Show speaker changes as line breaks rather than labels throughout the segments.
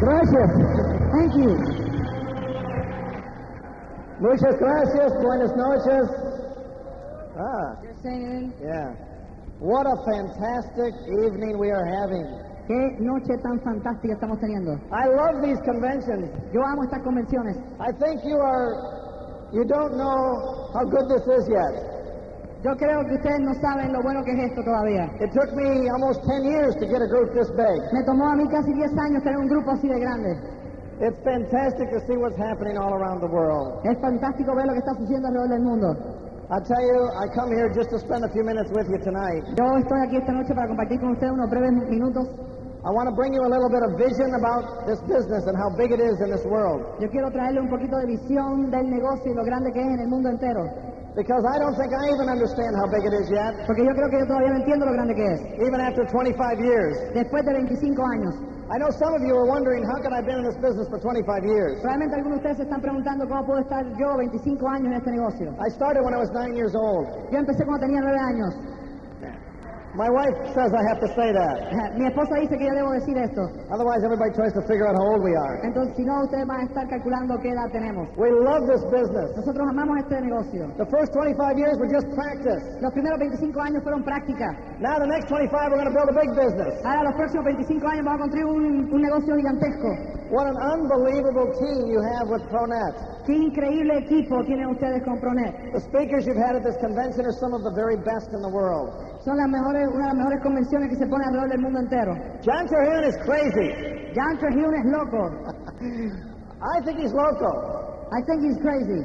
Gracias.
Thank you.
Muchas gracias. Buenas noches. Ah,
You're saying,
yeah. What a fantastic evening we are having.
qué noche tan fantástica estamos teniendo.
I love these conventions.
Yo amo estas convenciones.
I think you are, you don't know how good this is yet.
Yo creo que ustedes no saben lo bueno que es esto todavía.
It took me almost 10 years to get a group this big.
Me tomó a mí casi 10 años tener un grupo así de grande.
It's fantastic to see what's happening all around the world.
Es fantástico ver lo que está sucediendo alrededor del mundo.
I tell you, I come here just to spend a few minutes with you tonight.
Yo estoy aquí esta noche para compartir con ustedes unos breves minutos.
I want to bring you a little bit of vision about this business and how big it is in this world.
Yo quiero traerle un poquito de visión del negocio y lo grande que es en el mundo entero.
Because I don't think I even understand how big it is yet,
Porque yo creo que yo todavía no entiendo lo grande que es.
even after 25 years.
Después de 25 años.
I know some of you are wondering, how could I have been in this business for 25 years?
Probablemente algunos de ustedes se están preguntando cómo puedo estar yo 25 años en este negocio.
I started when I was nine years old.
Yo empecé cuando tenía 9 años.
My wife says I have to say that.
Mi esposa dice que yo debo decir esto.
Otherwise, everybody tries to figure out how old we are.
Entonces, si no, ustedes van a estar calculando qué edad tenemos.
We love this business.
Nosotros amamos este negocio.
The first 25 years were just practice.
Los primeros 25 años fueron práctica.
Now, the next 25, we're going to build a big business.
Ahora los próximos 25 años vamos a construir un, un negocio gigantesco.
What an unbelievable team you have with ProNet.
Qué increíble equipo tienen ustedes con Pronet.
The speakers you've had at this convention are some of the very best in the world.
Son las mejores, una de las mejores convenciones que se pone alrededor del mundo entero.
John Terhune is crazy.
John Trehune es loco.
I think he's loco.
I think he's crazy.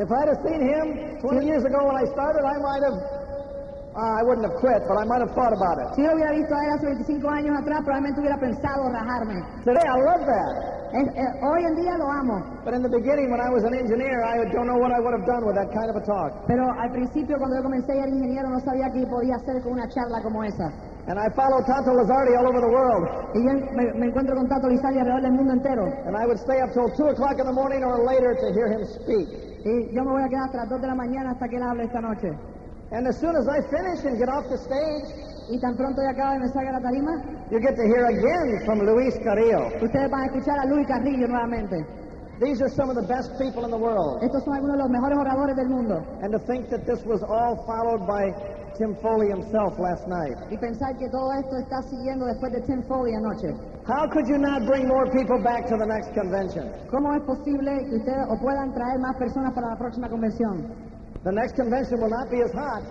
If I'd have seen him 20 years ago when I started, I might have, uh, I wouldn't have quit, but I might have thought about it.
Si yo hubiera visto a él hace 25 años atrás, probablemente hubiera pensado rajarme.
Today, I love that.
Es- eh, hoy en día lo amo,
But in the beginning, when I was an engineer, I don't know what I would have done with that kind of a talk.
pero al principio cuando yo comencé a ser ingeniero no sabía qué podía hacer con una charla como esa.
And I follow Tonto Lazardi all over the world.
Y yo me, me encuentro con Tato Lizardi alrededor del mundo entero.
And I would stay up till 2 o'clock in the morning or later to hear him speak.
Y yo me voy a quedar hasta las 2 de la mañana hasta que él hable esta noche.
And as soon as I finish and get off the stage,
Y tan pronto yo acabe y me salga la tarima,
You get to hear again from Luis Carrillo.
ustedes van a escuchar a Luis Carrillo nuevamente.
These are some of the best people in the world.
Estos son algunos de los mejores oradores del mundo.
And to think that this was all followed by Tim Foley himself last night.
Y pensar que todo esto está siguiendo después de Tim Foley anoche.
How could you not bring more people back to the next convention?
¿Cómo es posible que ustedes o puedan traer más personas para la próxima convención?
The next convention will not be as hot,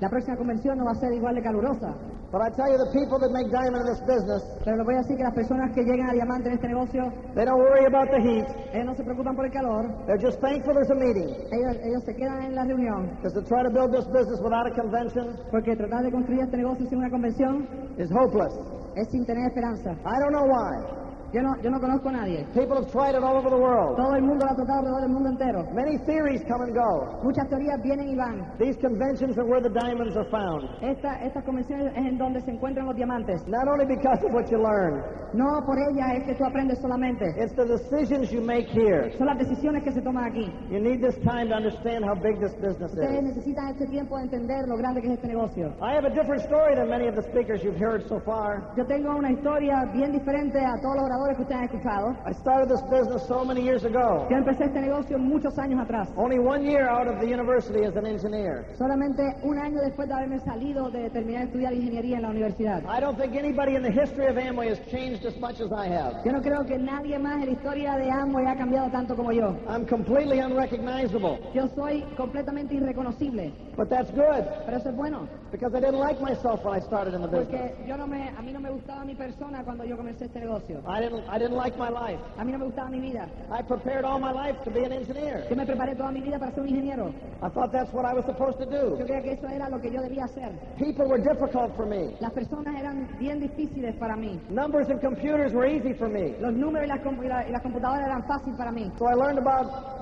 La próxima convención no va a ser igual de calurosa.
but I tell you, the people that make diamond in this business,
Pero les voy a decir que las personas que llegan a Diamante en este negocio,
they don't worry about the heat.
ellos no se preocupan por el calor.
They're just thankful there's a meeting.
Ellos, ellos se quedan en la reunión.
Because to try to build this business without a convention
Porque tratar de construir este negocio sin una convención
is hopeless.
es sin tener esperanza.
I don't know why.
Yo no, yo no conozco a nadie.
People have tried it all over the world.
Todo el mundo lo ha tratado alrededor del mundo entero.
Many theories come and go.
Muchas teorías vienen y van.
These conventions are where the diamonds are found.
Esta, estas convenciones es en donde se encuentran los diamantes.
Not only because of what you learn,
No por ellas es que tú aprendes solamente.
it's the decisions you make here.
Son las decisiones que se toman aquí.
You need this time to understand how big this business is.
Ustedes necesitan este tiempo de entender lo grande que es este negocio.
I have a different story than many of the speakers you've heard so far.
Yo tengo una historia bien diferente a todos los oradores que ustedes han escuchado.
I started this business so many years ago,
Yo empecé este negocio muchos años atrás.
only one year out of the university as an engineer.
Solamente un año después de haberme salido de terminar de estudiar ingeniería en la universidad.
I don't think anybody in the history of Amway has changed as much as I have.
Yo no creo que nadie más en la historia de Amway ha cambiado tanto como yo.
I'm completely unrecognizable,
Yo soy completamente irreconocible,
but that's good
pero eso es bueno,
because I didn't like myself when I started in the business.
porque yo no me, a mí no me gustaba mi persona cuando yo comencé este negocio.
I didn't, I didn't like my life.
A mí no me gustaba mi vida.
I prepared all my life to be an engineer.
Yo me preparé toda mi vida para ser un ingeniero.
I thought that's what I was supposed to do.
Yo creía que eso era lo que yo debía hacer.
People were difficult for me.
Las personas eran bien difíciles para mí.
Numbers and computers were easy for me.
Los números y las, compu- y la- y las computadoras eran fáciles para mí.
So I learned about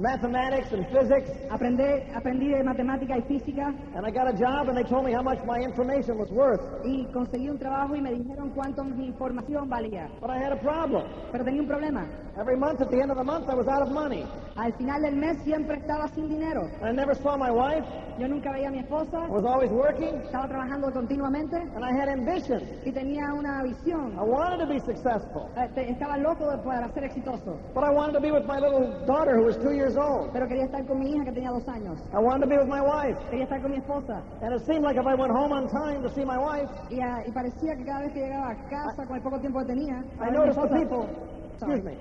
mathematics and physics,
Aprendí, aprendí de matemática y física
and I got a job, and they told me how much my information was worth.
y conseguí un trabajo y me dijeron cuánto mi información valía.
But I had a problem.
Pero tenía un problema.
Every month at the end of the month, I was out of money.
Al final del mes siempre estaba sin dinero.
And I never saw my wife.
Yo nunca veía a mi esposa,
I was always working,
estaba trabajando continuamente
and I had ambitions.
y tenía una visión.
I wanted to be successful,
Eh, te- Estaba loco de- para ser exitoso,
but I wanted to be with my little daughter who was two years old.
pero quería estar con mi hija que tenía dos años.
I wanted to be with my wife,
Quería estar con mi esposa
and it seemed like if I went home on time to see my wife,
y, ah, y parecía que cada vez que llegaba a casa con el poco tiempo que tenía,
I
a ver, mi
noticed the
esposa-
people. Excuse me.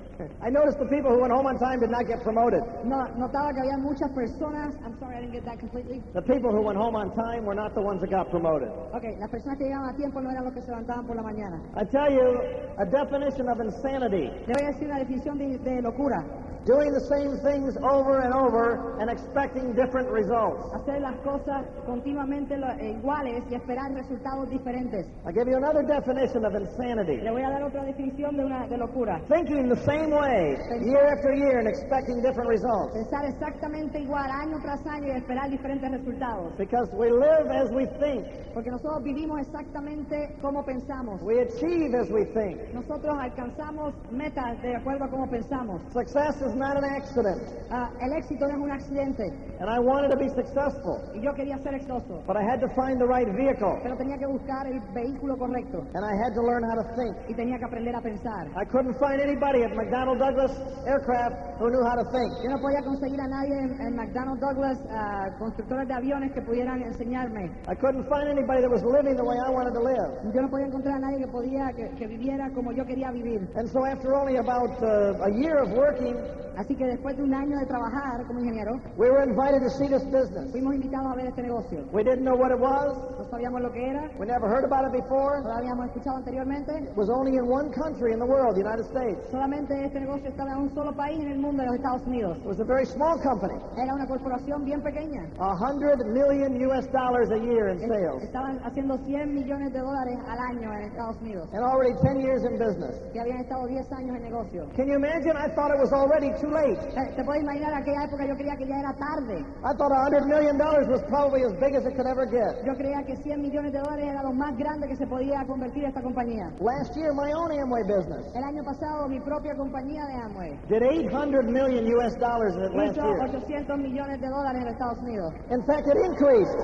I noticed the people who went home on time did not get promoted.
No, notaba que había muchas personas. I'm sorry, I didn't get that completely.
The people who went home on time were not the ones that got promoted.
Ok, las personas que llegaban a tiempo no eran los que se levantaban por la mañana.
I tell you, a definition of insanity
Le voy a decir una definición de, de locura.
doing the same things over and over and expecting different results.
Hacer las cosas continuamente lo- eh, iguales y esperar resultados diferentes.
I'll give you another definition of insanity
Le voy a dar otra definición de una de locura.
thinking the same way year after year and expecting different results.
Pensar exactamente igual año tras año y esperar diferentes resultados.
Because we live as we think,
Porque nosotros vivimos exactamente como pensamos.
we achieve as we think.
Nosotros alcanzamos metas de acuerdo a cómo pensamos.
Success is not an accident,
Ah, el éxito no es un accidente
and I wanted to be successful,
y yo quería ser exitoso,
but I had to find the right vehicle,
pero tenía que buscar el vehículo correcto
and I had to learn how to think.
y tenía que aprender a pensar.
I couldn't find anybody at McDonnell Douglas Aircraft who knew how to think.
Yo no podía conseguir a nadie en, en McDonnell Douglas, ah, constructores de aviones, que pudieran enseñarme.
I couldn't find anybody that was living the way I wanted to live.
Yo no podía encontrar a nadie que podía que, que viviera como yo quería vivir.
And so after only about uh, a year of working,
Así que después de un año de trabajar como ingeniero,
we were invited to see this business.
fuimos invitados a ver este negocio.
We didn't know what it was.
No sabíamos lo que era,
We never heard about it
no
before.
lo habíamos escuchado anteriormente.
It was only in one country in the world, the United States.
Solamente este negocio estaba en un solo país en el mundo, en los Estados Unidos.
It was a very small company,
Era una corporación bien pequeña.
a hundred million U.S. dollars a year in sales,
Estaban haciendo 100 millones de dólares al año en Estados Unidos.
and already 10 years in business.
Que habían estado 10 años en negocio.
Can you imagine? I thought it was already too late.
Eh, Te puedes imaginar, aquella época yo creía que ya era tarde.
I thought a hundred million dollars was probably as big as it could ever get.
Yo creía que 100 millones de dólares era lo más grande que se podía convertir esta compañía.
Last year, my own Amway business
El año pasado mi propia compañía de Amway
did 800 million U.S. dollars in it last
hizo
year.
800 millones de dólares en los Estados Unidos.
In fact, it increased.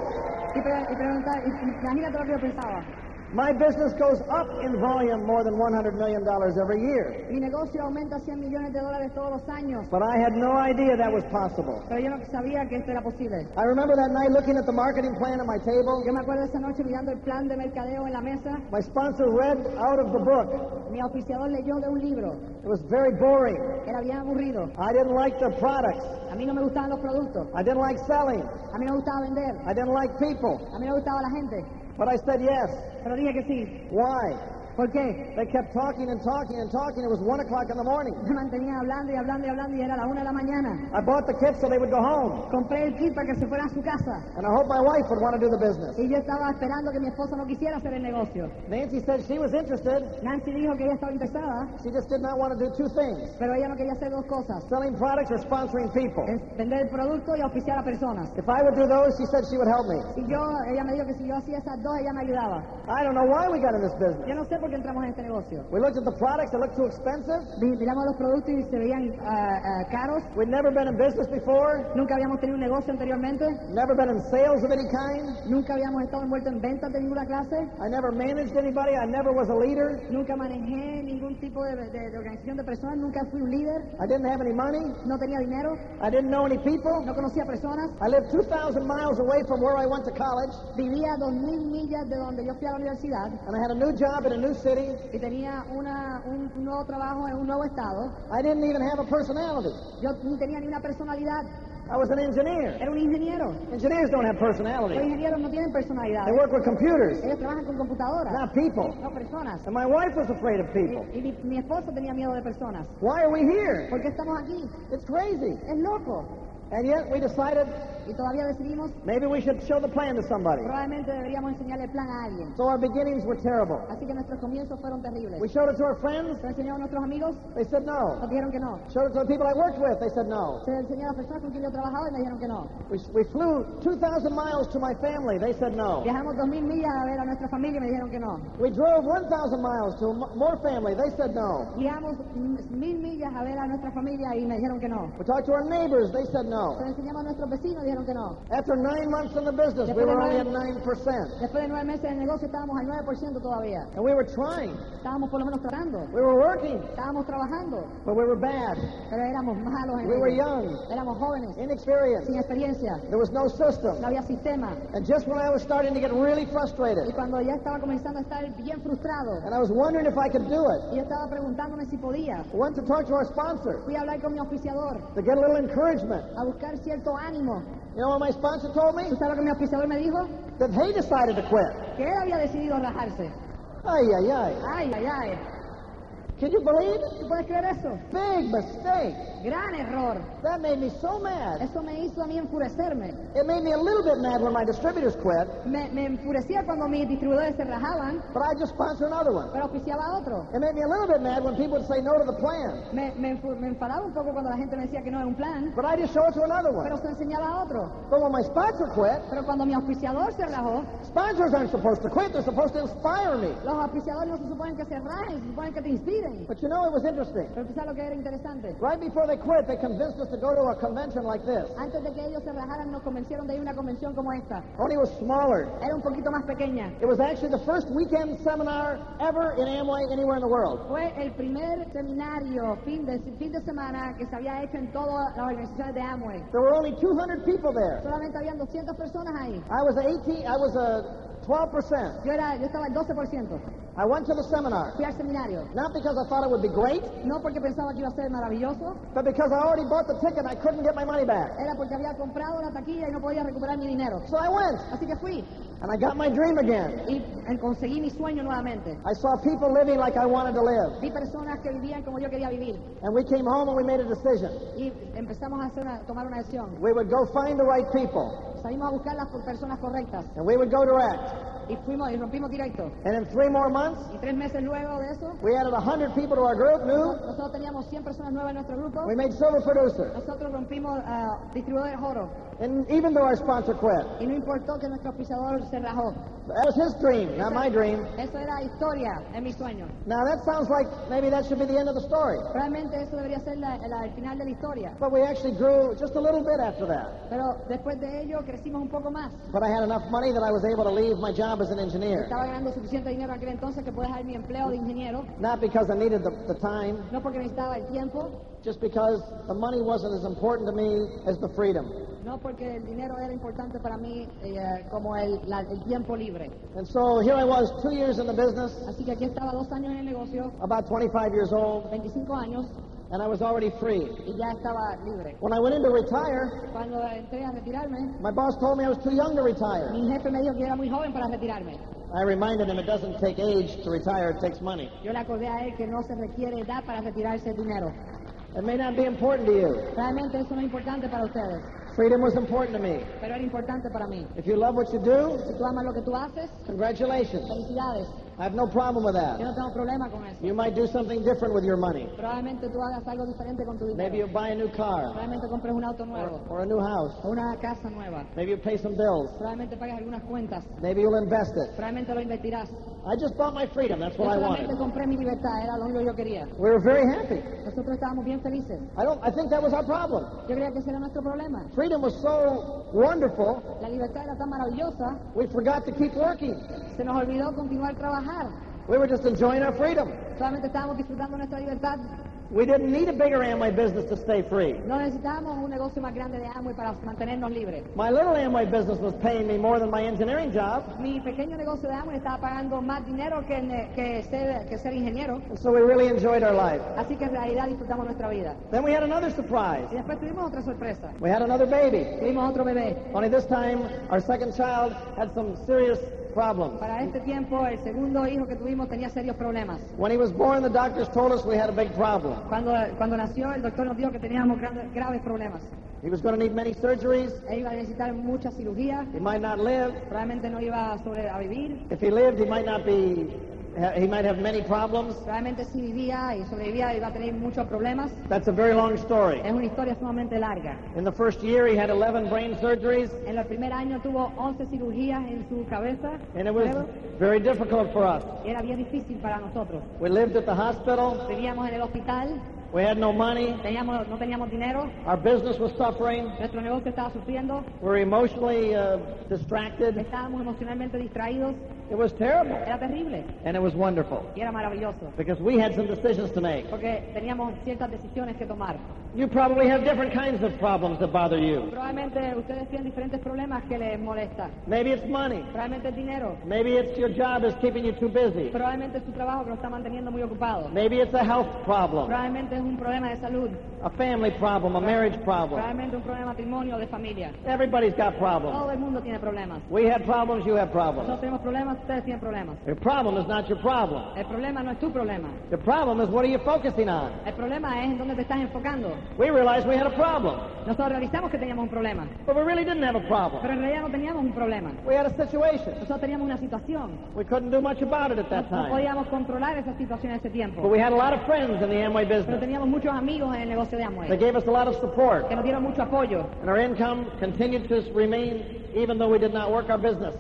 Y, pre- y preguntar, y- y imagínate lo que yo pensaba.
My business goes up in volume more than 100 million dollars every year,
Mi negocio aumenta 100 millones de dólares todos los años.
but I had no idea that was possible.
Pero yo no sabía que esto era posible.
I remember that night looking at the marketing plan at my table.
Yo me acuerdo esa noche mirando el plan de mercadeo en la mesa.
My sponsor read out of the book.
Mi auspiciador leyó de un libro.
It was very boring.
Era bien aburrido.
I didn't like the products.
A mí no me gustaban los productos.
I didn't like selling.
A mí no me gustaba vender.
I didn't like people.
A mí no me gustaba la gente.
But I said yes.
Pero dije que sí.
Why?
¿Por qué?
They kept talking and talking and talking. It was 1 o'clock in the morning.
Me mantenían hablando y hablando y hablando y era la una de la mañana.
I bought the kit so they would go home.
Compré el kit para que se fuera a su casa.
And I hoped my wife would want to do the business.
Y yo estaba esperando que mi esposa no quisiera hacer el negocio.
Nancy said she was interested.
Nancy dijo que ella estaba interesada,
She just did not want to do two things
pero ella no quería hacer dos cosas.
selling products or sponsoring people.
Es vender el producto y auspiciar a personas.
If I would do those, she said she would help me.
Y yo, ella me dijo que si yo hacía esas dos, ella me ayudaba.
I don't know why we got in this business.
Yo no sé por qué entramos en este negocio.
We looked at the products, they looked too expensive.
Vi- Miramos los productos y se veían ah, ah, caros.
We'd never been in business before,
Nunca habíamos tenido un negocio anteriormente.
never been in sales of any kind.
Nunca habíamos estado envueltos en ventas de ninguna clase.
I never managed anybody, I never was a leader.
Nunca manejé ningún tipo de, de- de organización de personas. Nunca fui un líder.
I didn't have any money,
No tenía dinero.
I didn't know any people.
No conocía personas.
I lived 2,000 miles away from where I went to college,
Vivía a 2.000 millas de donde yo fui a la universidad.
and I had a new job in a new city.
Y tenía una, un, un nuevo trabajo en un nuevo estado.
I didn't even have a personality.
Yo ni tenía ni una personalidad.
I was an engineer.
Era un ingeniero.
Engineers don't have
Los
personality,
ingenieros no tienen personalidad.
they work with computers,
Ellos trabajan con computadoras,
not people.
no personas.
And my wife was afraid of people.
Y, y mi, mi esposo tenía miedo de personas.
Why are we here?
¿Por qué estamos aquí?
It's crazy.
Es loco.
And yet we decided
y todavía decidimos,
Maybe we should show the plan to somebody.
probablemente deberíamos enseñarle el plan a alguien.
So our beginnings were terrible.
Así que nuestros comienzos fueron terribles.
We showed it to our friends.
Se lo enseñaron a nuestros amigos,
They said no.
nos dijeron que no.
Showed it to the people I worked with. They said no.
Se lo enseñó a las personas con quien yo trabajaba y me dijeron que no.
We, we flew 2,000 miles to my family. They said no.
Viajamos dos mil millas a ver a nuestra familia y me dijeron que no.
We drove 1,000 miles to m- more family. They said no.
Viajamos mm, mil millas a ver a nuestra familia y me dijeron que no.
We talked to our neighbors. They said
Se lo
no.
enseñamos a nuestros vecinos y dijeron que no.
After nine months in the business, we were only at 9%.
Después de nueve meses de negocio estábamos al 9% todavía.
And we were trying.
Estábamos por lo menos tratando.
We were working.
Estábamos trabajando,
But we were bad,
pero éramos malos en
We were
ello.
young.
Éramos jóvenes,
inexperienced.
sin experiencia.
There was no
No
system.
había sistema.
And just when I was starting to get really frustrated,
Y cuando ya estaba comenzando a estar bien frustrado,
and I was wondering if I could do it,
y yo estaba preguntándome si podía,
I went to talk to our sponsor
fui a hablar con mi auspiciador
to get a little encouragement.
a buscar cierto ánimo.
You know what my sponsor told me?
¿Tú sabes lo que mi auspiciador me dijo?
That he decided to quit.
Que él había decidido rajarse.
Ay, ay, ay.
Ay, ay, ay.
Can you believe it?
¿Tú puedes creer eso?
Big mistake.
Gran error.
That made me so mad.
Eso me hizo a mí enfurecerme.
It made me a little bit mad when my distributors quit,
Me, me enfurecía cuando mis distribuidores se rajaban,
but I just sponsor another one.
pero auspiciaba a otro.
It made me a little bit mad when people would say no to the plan,
Me, me enfu- me enfadaba un poco cuando la gente me decía que no era un plan,
but I just show it to another
pero
one.
se enseñaba a otro.
But when my sponsor quit,
Pero cuando mi auspiciador se rajó,
Sponsors aren't supposed to quit. They're supposed to inspire me.
los auspiciadores no se suponen que se rajen, se suponen que te inspiren.
But you know, it was interesting.
Pero tú sabes lo que era interesante.
Right before they quit, they convinced us to go to a convention like this.
Antes de que ellos se rajaran, nos convencieron de ir a una convención como esta.
Only it was smaller.
Era un poquito más pequeña.
It was actually the first weekend seminar ever in Amway anywhere in the world.
Fue el primer seminario fin de, fin de semana que se había hecho en todas las organizaciones de Amway.
There were only 200 people there.
Solamente habían 200 personas ahí.
I was 18. I was uh, 12%.
Yo era, yo estaba al 12%.
I went to the seminar
Fui al seminario.
not because I thought it would be great,
No porque pensaba que iba a ser maravilloso,
but because I already bought the ticket. and I couldn't get my money back.
era porque había comprado la taquilla y no podía recuperar mi dinero.
So I went,
Así que fui
and I got my dream again.
y eh, conseguí mi sueño nuevamente.
I saw people living like I wanted to live,
Vi personas que vivían como yo quería vivir
and we came home and we made a decision.
y empezamos a hacer una- tomar una decisión.
We would go find the right people,
Salimos a buscar las personas correctas
and we would go direct.
y fuimos y rompimos directo.
And in three more months,
Y tres meses luego de eso,
we added 100 people to our group, new.
nosotros teníamos 100 personas nuevas en nuestro grupo.
We made silver producer.
Nosotros rompimos ah, distribuidores oro
And even though our sponsor quit,
y no importó que nuestro auspiciador se rajó.
that was his dream, not my dream.
Eso era historia en mi sueño.
Now that sounds like maybe that should be the end of the story.
Realmente eso debería ser la- la- el final de la historia.
But we actually grew just a little bit after that.
Pero después de ello crecimos un poco más.
But I had enough money that I was able to leave my job as an engineer.
Estaba ganando suficiente dinero aquel entonces que pude dejar mi empleo de ingeniero.
Not because I needed the, the time,
No porque necesitaba el tiempo,
just because the money wasn't as important to me as the freedom.
no porque el dinero era importante para mí eh, como el, la- el tiempo libre.
And so here I was, two years in the business,
Así que aquí estaba dos años en el negocio,
about 25 years old,
25 años,
and I was already free.
y ya estaba libre.
When I went in to retire,
Cuando entré a retirarme,
my boss told me I was too young to retire.
mi jefe me dijo que era muy joven para retirarme.
I reminded him it doesn't take age to retire, it takes money.
Yo le acordé a él que no se requiere edad para retirarse el dinero.
It may not be important to you.
Realmente eso no es importante para ustedes,
Freedom was important to me.
pero era importante para mí.
If you love what you do,
Si tú amas lo que tú haces,
congratulations.
felicidades.
I have no problem with
Yo
that.
no tengo problema con eso.
You might do something different with your money.
Probablemente tú hagas algo diferente con tu
Maybe
dinero.
you buy a new car
Probablemente compres un auto
or,
nuevo
or a new house.
o una casa nueva.
Maybe you pay some bills.
Probablemente pagues algunas cuentas.
Maybe you'll invest it.
Probablemente lo invertirás.
I just bought my freedom. That's
Yo
what I
solamente
wanted.
compré mi libertad, era lo único que yo quería.
We were very happy.
Nosotros estábamos bien felices.
I don't. I think that was our problem.
Yo creía que ese era nuestro problema.
Freedom was so wonderful.
La libertad era tan maravillosa,
We forgot to keep working.
se nos olvidó continuar trabajar.
We were just enjoying our freedom.
Solamente estábamos disfrutando nuestra libertad.
We didn't need a bigger Amway business to stay free.
No necesitábamos un negocio más grande de Amway para mantenernos libres.
My little Amway business was paying me more than my engineering job,
Mi pequeño negocio de Amway estaba pagando más dinero que, ne- que ser, que ser ingeniero.
and so we really enjoyed our life.
Así que en realidad disfrutamos nuestra vida.
Then we had another
Y
surprise.
después tuvimos otra sorpresa.
We had another baby.
Tuvimos otro bebé.
Only this time, our second child had some serious problems.
Para este tiempo, el segundo hijo que tuvimos tenía serios problemas.
When he was born, the doctors told us we had a big problem.
Cuando, cuando nació, el doctor nos dijo que teníamos gran- graves problemas.
He was going to need many surgeries.
Él iba a necesitar muchas cirugías,
He might not live.
probablemente no iba a sobrevivir,
If he lived, he might not be, ha- he might have many problems.
probablemente si vivía y sobrevivía iba a tener muchos problemas.
That's a very long story.
Es una historia sumamente larga.
In the first year, he had 11 brain surgeries,
En los primeros años tuvo 11 cirugías en su cabeza
and it was
luego,
very difficult for us.
y era bien difícil para nosotros.
We lived at the hospital.
Vivíamos en el hospital,
We had no money.
teníamos, no teníamos dinero,
Our business was suffering.
nuestro negocio estaba sufriendo,
We were emotionally uh, distracted.
estábamos emocionalmente distraídos,
It was terrible.
era terrible
And it was wonderful
y era maravilloso,
because we had some decisions to make.
porque teníamos ciertas decisiones que tomar.
You probably have different kinds of problems that bother you.
Probablemente ustedes tienen diferentes problemas que les molestan,
Maybe it's money.
probablemente el dinero,
Maybe it's your job is keeping you too busy.
probablemente su trabajo que lo está manteniendo muy ocupado,
Maybe it's a health problem,
probablemente es un problema de salud,
a family problem, a marriage problem.
probablemente un problema de matrimonio o de familia.
Everybody's got problems.
Todo el mundo tiene problemas.
We had problems, you have problems.
Nosotros tenemos problemas, ustedes tienen problemas.
Your problem is not your problem.
El problema no es tu problema.
The problem is what are you focusing on?
El problema es en dónde te estás enfocando.
We realized we had a problem,
Nosotros realizamos que teníamos un problema,
but we really didn't have a problem.
pero en realidad no teníamos un problema.
We had a situation.
Nosotros teníamos una situación.
We couldn't do much about it at that
No
time.
podíamos controlar esa situación en ese
But
tiempo.
we had a lot of friends in the Amway
Pero
business.
teníamos muchos amigos en el negocio de
They
Amway
gave us a lot of support,
que nos dieron mucho apoyo.
and our income continued to remain even though we did not work our business.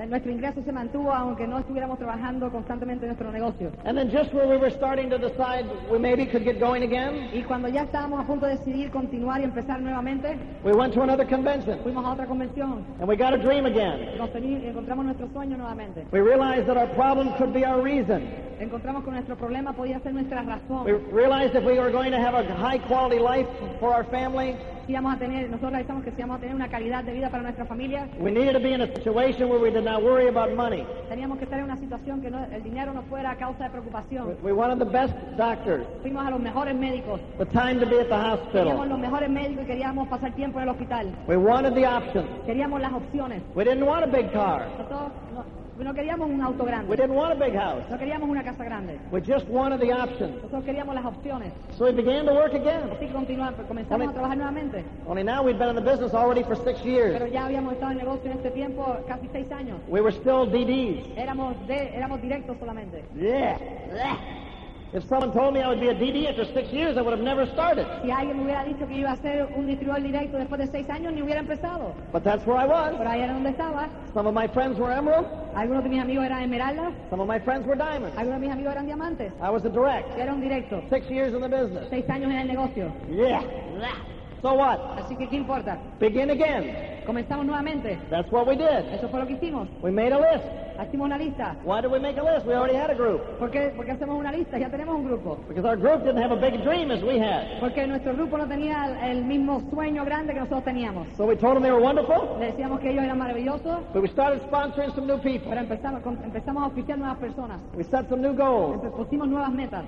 Eh, Nuestro ingreso se mantuvo aunque no estuviéramos trabajando constantemente en nuestro negocio.
And then just where we were starting to decide we maybe could get going again,
Y cuando ya estábamos a punto de decidir continuar y empezar nuevamente,
we went to another convention
fuimos a otra convención
and we got a dream again.
y conseguí- encontramos nuestro sueño nuevamente.
We realized that our problem could be our reason.
Encontramos que nuestro problema podía ser nuestra razón.
We realized if we were going to have a high quality life for our family,
Si íbamos a tener, nosotros realizamos que si íbamos a tener una calidad de vida para nuestra familia,
we needed to be in a situation where we did not worry about money.
teníamos que estar en una situación que no- el dinero no fuera causa de
We-
preocupación.
We wanted the best doctors,
Fuimos a los mejores médicos,
the time to be at the
queríamos
hospital.
los mejores médicos y queríamos pasar tiempo en el hospital.
We wanted the options.
Queríamos las opciones.
We didn't want a big car.
Nosotros no, no queríamos un auto
We
grande,
didn't want a big house.
no queríamos una casa grande.
We just wanted the options.
Nosotros queríamos las opciones.
So we began to work again.
Así que continuamos, pues, comenzamos a trabajar nuevamente.
Only now we'd been in the business already for six
Pero
years.
ya habíamos estado en negocio en este tiempo casi seis años.
We were still DDs.
Éramos, de, éramos directos solamente.
Yeah. If someone told me I would be a DD after six years, I would have never started.
Si alguien me hubiera dicho que iba a ser un distribuidor directo después de seis años, ni hubiera empezado.
But that's where I
Por
was.
ahí era donde estaba.
Some of my friends were emerald.
Algunos de mis amigos eran esmeraldas,
Some of my friends were diamonds.
algunos de mis amigos eran diamantes.
I was a direct.
Yo era un directo,
Six years in the business.
seis años en el negocio.
Yeah. So what?
Así que, ¿qué importa?
Begin again.
Comenzamos nuevamente.
That's what we did.
Eso fue lo que hicimos.
We made a list.
Hicimos una lista.
Why did we make a list? We already had a group.
¿Por qué, por qué hacemos una lista? Ya tenemos un grupo.
Because our group didn't have a big dream as we had.
Porque nuestro grupo no tenía el mismo sueño grande que nosotros teníamos.
So we told them they were wonderful,
Le decíamos que ellos eran maravillosos,
but we started sponsoring some new people.
pero empezamos, con- empezamos a oficiar nuevas personas.
We set some new goals.
Empe- Pusimos nuevas metas.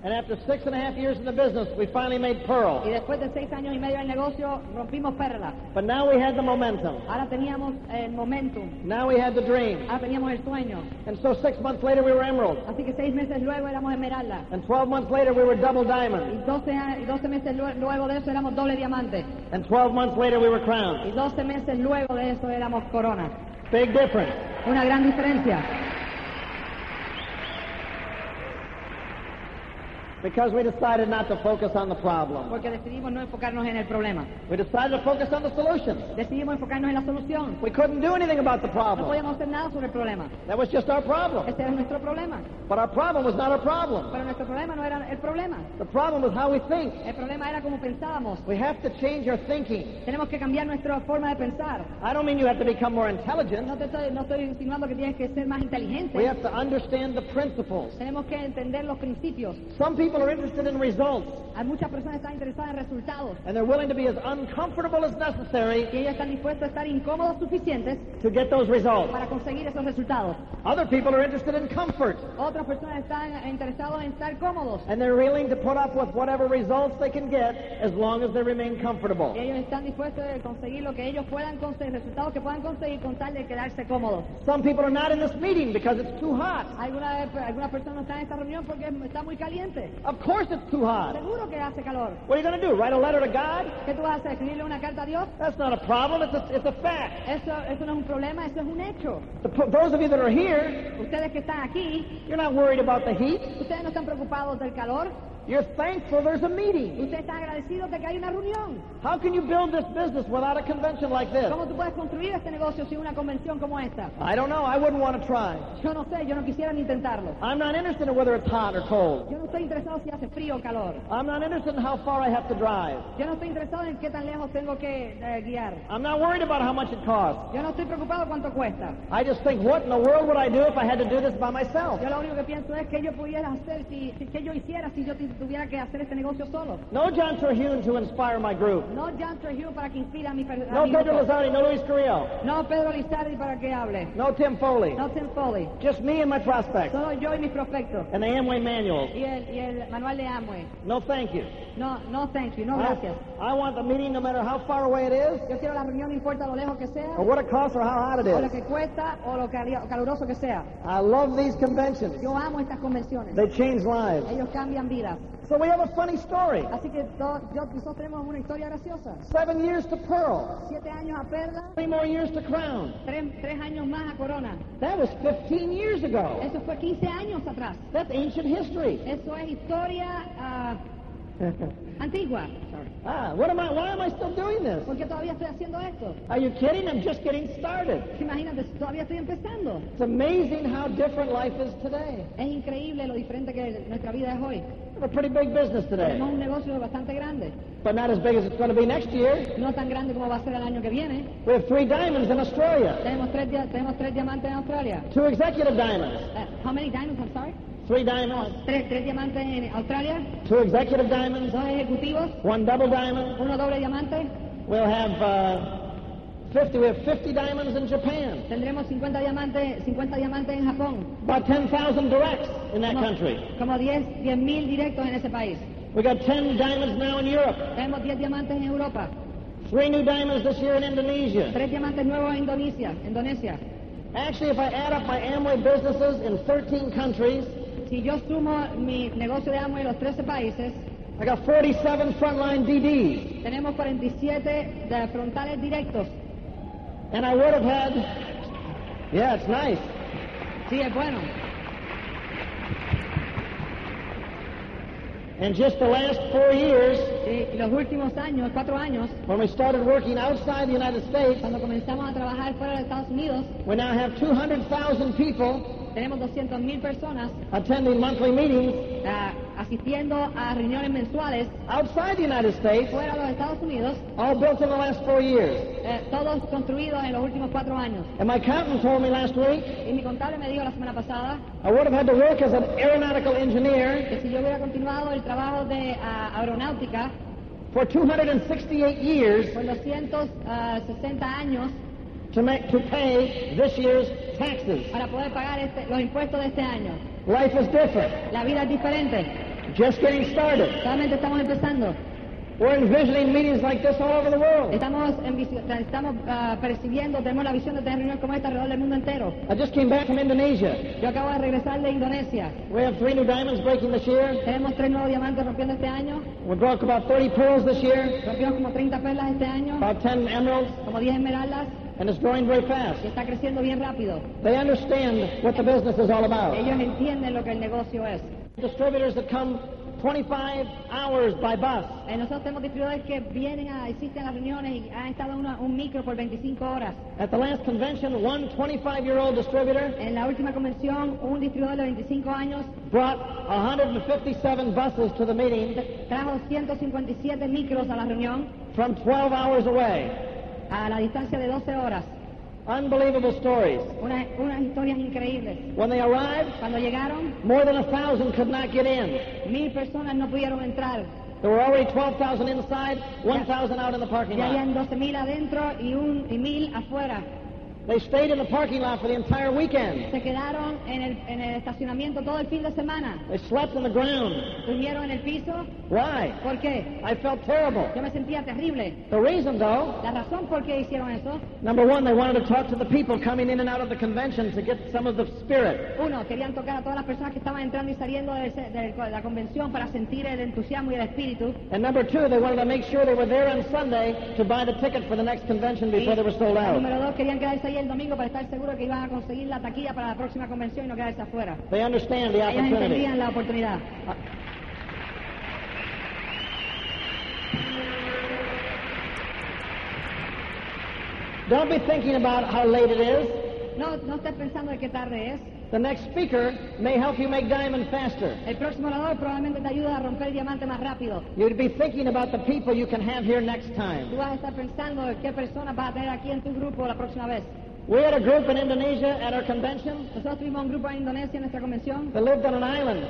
And after six and a half years in the business, we finally made
Y
Pearl.
después de seis años y medio del negocio, rompimos perlas.
But now we had the momentum.
Ahora teníamos el momentum,
Now we had the dream.
ahora teníamos el sueño.
And so six months later, we were emerald.
Así que seis meses luego éramos esmeralda.
And 12 months later, we were double
Y
diamond.
12, a- y 12 meses lue- luego de eso éramos doble diamante.
And 12 months later, we were crowned.
Y 12 meses luego de eso éramos corona.
Big difference.
Una gran diferencia.
Because we decided not to focus on the problem.
Porque decidimos no enfocarnos en el problema.
We decided to focus on the solutions.
Decidimos enfocarnos en la solución.
We couldn't do anything about the
No
problem.
podíamos hacer nada sobre el problema.
That was just our problem.
Ese era nuestro problema.
But our problem was not our problem.
Pero nuestro problema no era el problema.
The problem was how we think.
El problema era como pensábamos.
We have to change our thinking.
Tenemos que cambiar nuestra forma de pensar.
I don't mean you have to become more intelligent.
No te estoy, no estoy insinuando que tienes que ser más
We
inteligente.
have to understand the principles.
Tenemos que entender los principios.
Some people are interested in results,
Hay muchas personas que están interesadas en resultados.
and they're willing to be as uncomfortable as necessary
Y ellos están dispuestos a estar incómodos suficientes
to get those results.
para conseguir esos resultados.
Other people are interested in comfort,
Otras personas están interesados en estar cómodos.
and they're willing to put up with whatever results they can get as long as they remain comfortable.
Y ellos están dispuestos a conseguir lo que ellos puedan conseguir, resultados que puedan conseguir con tal de quedarse cómodos.
Some people are not in this meeting because it's too hot.
Algunas alguna personas no están en esta reunión porque está muy caliente.
Of course it's too hot.
Seguro que hace calor.
What are you going to do? Write a letter to God?
¿Qué tú haces? ¿Escribirle una carta a Dios?
That's not a problem. It's a, it's a fact.
Eso, eso no es un problema, eso es un hecho.
The, p- those of you that are here,
Ustedes que están aquí,
you're not worried about the heat.
ustedes no están preocupados del calor.
You're thankful there's a meeting.
Ustedes están agradecidos de que hay una reunión.
How can you build this business without a convention like this?
¿Cómo tú puedes construir este negocio sin una convención como esta?
I don't know. I wouldn't want to try.
Yo no sé, yo no quisiera ni intentarlo.
I'm not interested in whether it's hot or cold.
Yo no estoy interesado si hace frío o calor.
I'm not interested in how far I have to drive.
Yo no estoy interesado en qué tan lejos tengo que eh, guiar.
I'm not worried about how much it costs.
Yo no estoy preocupado cuánto cuesta.
I just think, what in the world would I do if I had to do this by myself?
Yo lo único que pienso es que yo pudiera hacer, si, si- que yo hiciera si yo ti- tuviera que hacer este negocio solo.
No John Terhune to inspire my group.
No John Trujillo para que inspire a mi, per- a
No
mi
Pedro
grupo.
Lozani, no Luis Carrillo.
No Pedro Lizardi para que hable.
No Tim Foley.
No Tim Foley.
Just me and my prospects
Solo yo y mis prospectos.
and the Amway manual.
Y el, y el manual de Amway.
No thank you.
No, no thank you, no
I,
gracias.
I want the meeting no matter how far away it is,
Yo quiero la reunión, no importa lo lejos que sea,
or
o
what it costs, or how hot it
lo
is.
que cuesta, o lo cali- o caluroso que sea.
I love these conventions.
Yo amo estas convenciones.
They change lives.
Ellos cambian vidas.
So we have a funny story.
Así que to- yo- nosotros tenemos una historia graciosa.
Seven years to Pearl,
Siete años a Perla,
three more years to Crown.
tres, tres años más a Corona.
That was 15 years ago.
Eso fue 15 años atrás.
That's ancient history.
Eso es historia ah, antigua.
ah, what am I? Why am I still doing this?
Porque todavía estoy haciendo esto.
Are you kidding? I'm just getting started.
Imagínate, todavía estoy empezando.
It's amazing how different life is today.
Es increíble lo diferente que nuestra vida es hoy.
We have a pretty big business today,
Tenemos un negocio bastante grande.
but not as big as it's going to be next year.
No tan grande como va a ser el año que viene.
We have three diamonds in Australia,
Tenemos tres, dia- tenemos tres diamantes en Australia.
two executive diamonds,
Eh, how many diamonds, I'm sorry?
three
Oh,
diamonds,
tres, tres diamantes en Australia.
two executive diamonds,
Dos ejecutivos.
one double diamond.
Uno doble diamante.
We'll have uh, 50. We have 50 diamonds in Japan.
Tendremos 50 diamantes, 50 diamantes en Japón.
About 10,000 directs in that
Como,
country.
como 10 10.000 directos en ese país.
We got 10 diamonds now in Europe,
Tenemos 10 diamantes en Europa.
three new diamonds this year in Indonesia.
Tres diamantes nuevos en Indonesia. Indonesia.
Actually, if I add up my Amway businesses in 13 countries,
Si yo sumo mi negocio de Amway en los 13 países,
I got 47 frontline DDs,
tenemos 47 de frontales directos.
and I would have had. Yeah, it's nice.
Sí, es bueno.
And just the last four years,
Sí, y los últimos años, cuatro años,
when we started working outside the United States,
cuando comenzamos a trabajar fuera de Estados Unidos,
we now have 200,000 people
tenemos 200.000 personas
attending monthly meetings
ah, asistiendo a reuniones mensuales
outside the United States,
fuera de los Estados Unidos.
all built in the last four years.
Eh, todos construidos en los últimos cuatro años.
And my accountant told me last week
Y mi contable me dijo la semana pasada
I would have had to work as an aeronautical engineer
que si yo hubiera continuado el trabajo de ah, aeronáutica
for 268 years
por los 160 años
to make to pay this year's taxes.
para poder pagar este- los impuestos de este año.
Life is different.
La vida es diferente.
Just getting started.
Solamente estamos empezando.
We're envisioning meetings like this all over the world.
Estamos, en visi- estamos ah, percibiendo, tenemos la visión de tener reuniones como esta alrededor del mundo entero.
I just came back from Indonesia.
Yo acabo de regresar de Indonesia.
We have three new diamonds breaking this year.
Tenemos tres nuevos diamantes rompiendo este año.
We broke about 30 pearls this year,
Rompimos como 30 perlas este año,
about 10 emeralds,
como 10 esmeraldas
and it's growing very
y
fast.
está creciendo bien rápido.
They understand what the business is all about.
Ellos entienden lo que el negocio es.
Distributors that come 25 hours by bus.
Eh, nosotros tenemos distribuidores que vienen a, existen las reuniones y han estado en una- un micro por 25 horas.
At the last convention, one 25-year-old distributor
En la última convención, un distribuidor de 25 años
brought 157 buses to the meeting
trajo 157 micros a la reunión
from 12 hours away.
a la distancia de 12 horas.
Unbelievable stories.
Una- unas historias increíbles.
When they arrived,
Cuando llegaron,
more than a thousand could not get in.
mil personas no pudieron entrar.
There were already 12,000 inside, 1,000 out in the parking
Ya
lot.
habían 12.000 adentro y, un, y mil afuera.
They stayed in the parking lot for the entire weekend.
Se quedaron en el, en el estacionamiento todo el fin de semana.
They slept on the ground.
Durmieron en el piso.
Why?
¿Por qué?
I felt terrible.
Yo me sentía terrible.
The reason, though,
La razón por qué hicieron eso,
number one, they wanted to talk to the people coming in and out of the convention to get some of the spirit.
uno, querían tocar a todas las personas que estaban entrando y saliendo del ce- del- de la convención para sentir el entusiasmo y el espíritu.
And number two, they wanted to make sure they were there on Sunday to buy the ticket for the next convention before they were sold
La
out.
número dos, querían quedarse ahí el domingo para estar seguros que iban a conseguir la taquilla para la próxima convención y no quedarse afuera.
They understand the
Ellos
opportunity.
entendían la oportunidad.
Don't be thinking about how late it is.
No, no estés pensando de qué tarde es.
The next speaker may help you make diamond faster.
El próximo orador probablemente te ayuda a romper el diamante más rápido.
You'd be thinking about the people you can have here next
Tú
time.
vas a estar pensando de qué personas vas a tener aquí en tu grupo la próxima vez.
We had a group in Indonesia at our convention
Nosotros tuvimos un grupo en Indonesia en nuestra convención.
that lived on an island.